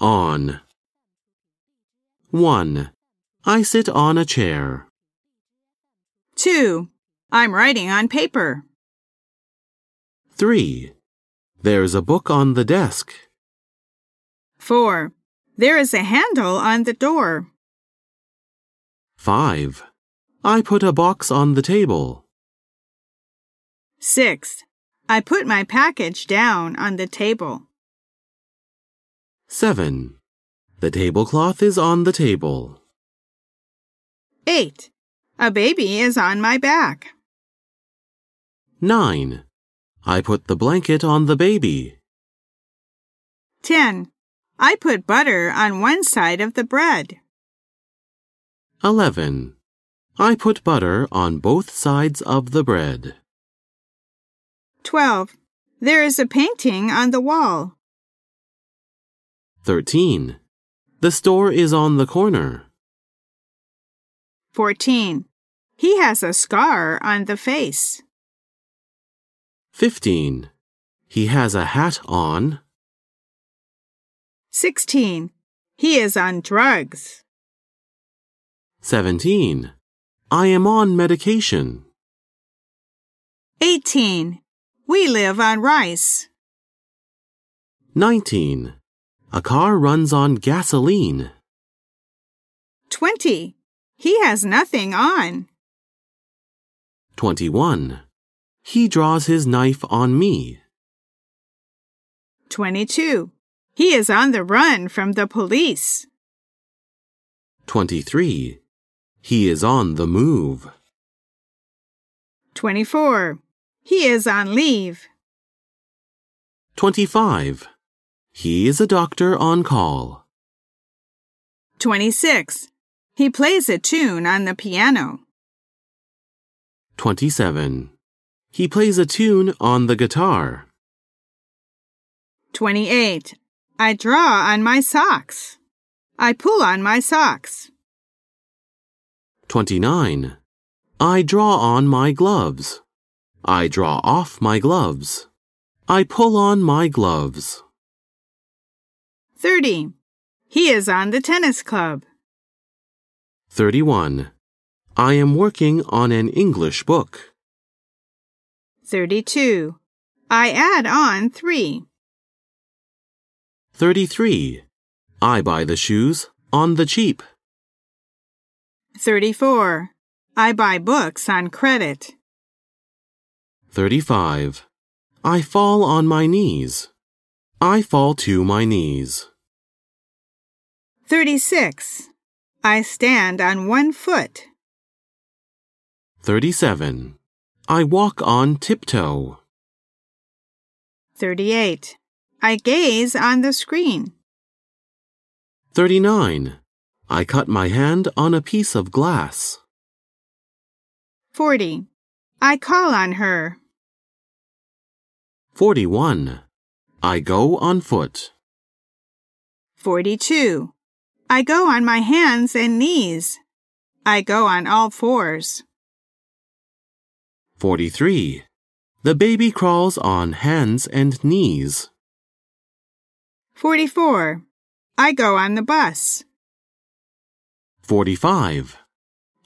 On. 1. I sit on a chair. 2. I'm writing on paper. 3. There's a book on the desk. 4. There is a handle on the door. 5. I put a box on the table. 6. I put my package down on the table. 7. The tablecloth is on the table. 8. A baby is on my back. 9. I put the blanket on the baby. 10. I put butter on one side of the bread. 11. I put butter on both sides of the bread. 12. There is a painting on the wall. 13. The store is on the corner. 14. He has a scar on the face. 15. He has a hat on. 16. He is on drugs. 17. I am on medication. 18. We live on rice. 19. A car runs on gasoline. 20. He has nothing on. 21. He draws his knife on me. 22. He is on the run from the police. 23. He is on the move. 24. He is on leave. 25. He is a doctor on call. 26. He plays a tune on the piano. 27. He plays a tune on the guitar. 28. I draw on my socks. I pull on my socks. 29. I draw on my gloves. I draw off my gloves. I pull on my gloves. 30. He is on the tennis club. 31. I am working on an English book. 32. I add on 3. 33. I buy the shoes on the cheap. 34. I buy books on credit. 35. I fall on my knees. I fall to my knees. 36. I stand on one foot. 37. I walk on tiptoe. 38. I gaze on the screen. 39. I cut my hand on a piece of glass. 40. I call on her. 41. I go on foot. 42. I go on my hands and knees. I go on all fours. 43. The baby crawls on hands and knees. 44. I go on the bus. 45.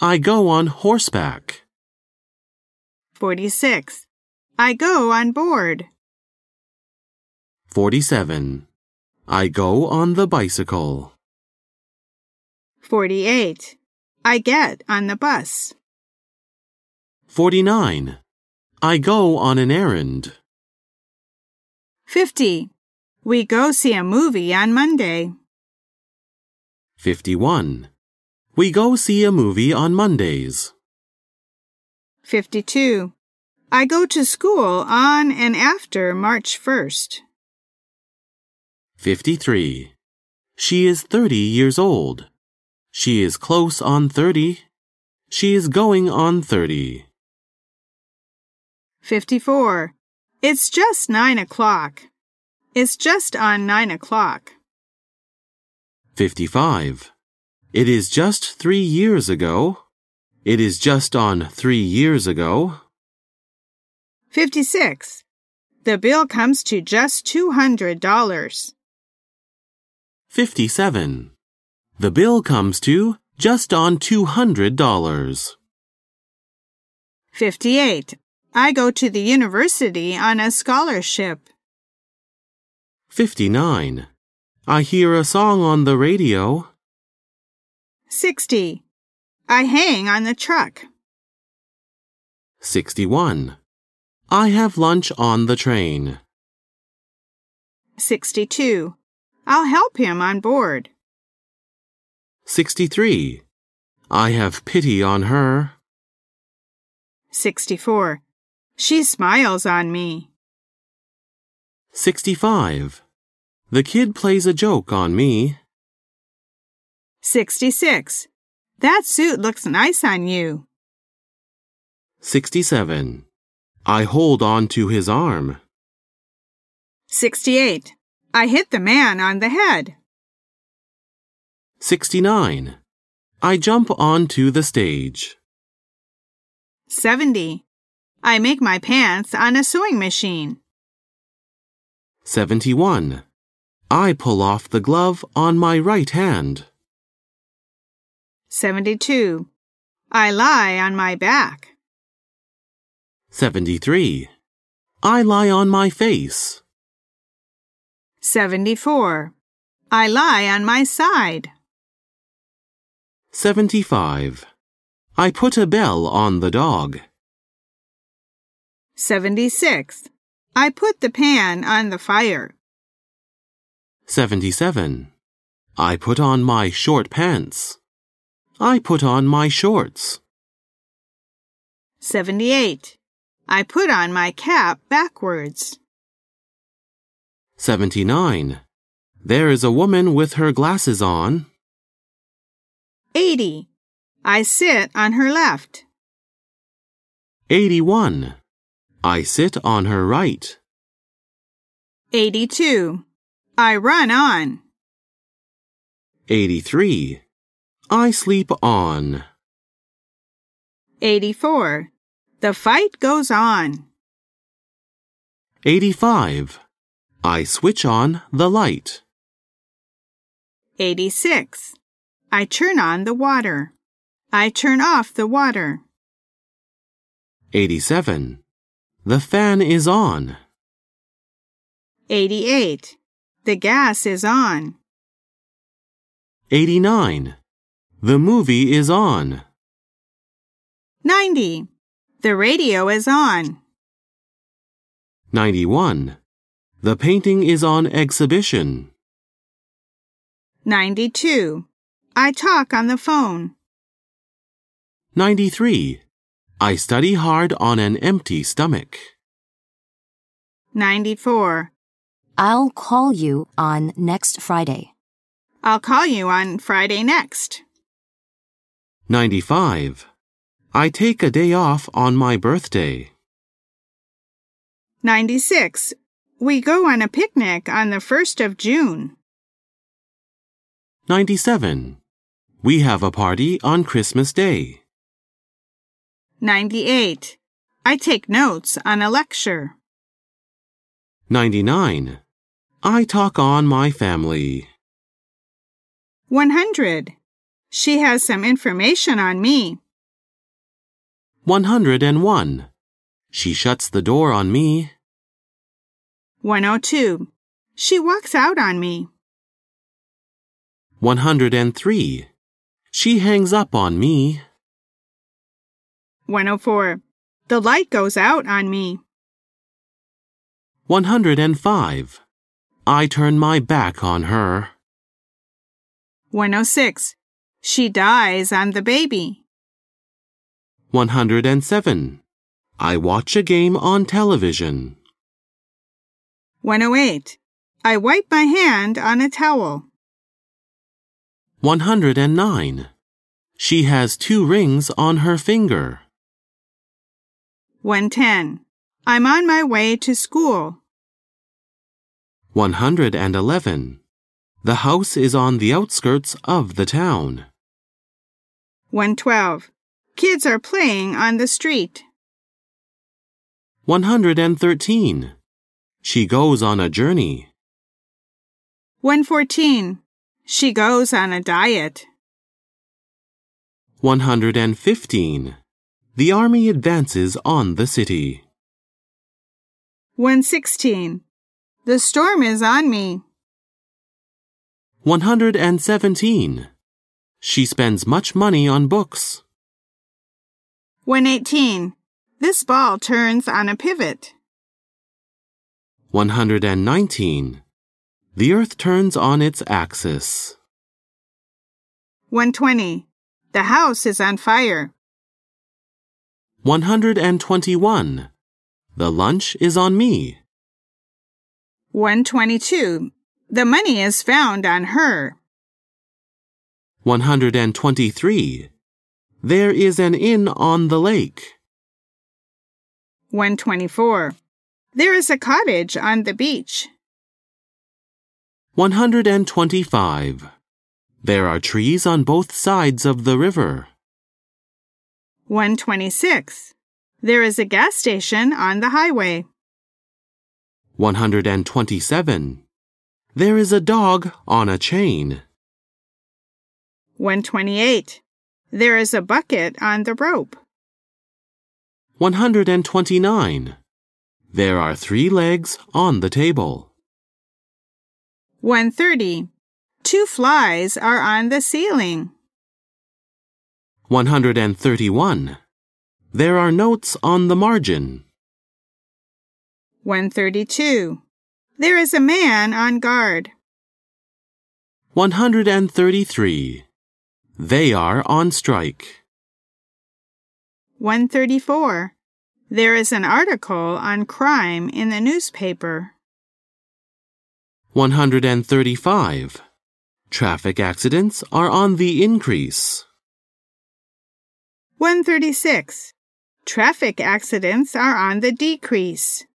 I go on horseback. 46. I go on board. 47. I go on the bicycle. 48. I get on the bus. 49. I go on an errand. 50. We go see a movie on Monday. 51. We go see a movie on Mondays. 52. I go to school on and after March 1st. 53. She is 30 years old. She is close on 30. She is going on 30. 54. It's just 9 o'clock. It's just on 9 o'clock. 55. It is just three years ago. It is just on three years ago. 56. The bill comes to just $200. 57. The bill comes to just on $200. 58. I go to the university on a scholarship. 59. I hear a song on the radio. 60. I hang on the truck. 61. I have lunch on the train. 62. I'll help him on board. 63. I have pity on her. 64. She smiles on me. 65. The kid plays a joke on me. 66. That suit looks nice on you. 67. I hold on to his arm. 68. I hit the man on the head. 69. I jump onto the stage. 70. I make my pants on a sewing machine. 71. I pull off the glove on my right hand. 72. I lie on my back. 73. I lie on my face. 74. I lie on my side. 75. I put a bell on the dog. 76. I put the pan on the fire. 77. I put on my short pants. I put on my shorts. 78. I put on my cap backwards. 79. There is a woman with her glasses on. 80. I sit on her left. 81. I sit on her right. 82. I run on. 83. I sleep on. 84. The fight goes on. 85. I switch on the light. 86. I turn on the water. I turn off the water. 87. The fan is on. 88. The gas is on. 89. The movie is on. 90. The radio is on. 91. The painting is on exhibition. 92. I talk on the phone. 93. I study hard on an empty stomach. 94. I'll call you on next Friday. I'll call you on Friday next. 95. I take a day off on my birthday. 96. We go on a picnic on the 1st of June. 97. We have a party on Christmas Day. 98. I take notes on a lecture. 99. I talk on my family. 100. She has some information on me. 101. She shuts the door on me. 102. She walks out on me. 103. She hangs up on me. 104. The light goes out on me. 105. I turn my back on her. 106. She dies on the baby. 107. I watch a game on television. 108. I wipe my hand on a towel. 109. She has two rings on her finger. 110. I'm on my way to school. 111. The house is on the outskirts of the town. 112. Kids are playing on the street. 113. She goes on a journey. 114. She goes on a diet. 115. The army advances on the city. 116. The storm is on me. 117. She spends much money on books. 118. This ball turns on a pivot. 119. The earth turns on its axis. 120. The house is on fire. 121. The lunch is on me. 122. The money is found on her. 123. There is an inn on the lake. 124. There is a cottage on the beach. 125. There are trees on both sides of the river. 126. There is a gas station on the highway. 127. There is a dog on a chain. 128. There is a bucket on the rope. 129. There are three legs on the table. 130. Two flies are on the ceiling. 131. There are notes on the margin. 132. There is a man on guard. 133. They are on strike. 134. There is an article on crime in the newspaper. 135. Traffic accidents are on the increase. 136. Traffic accidents are on the decrease.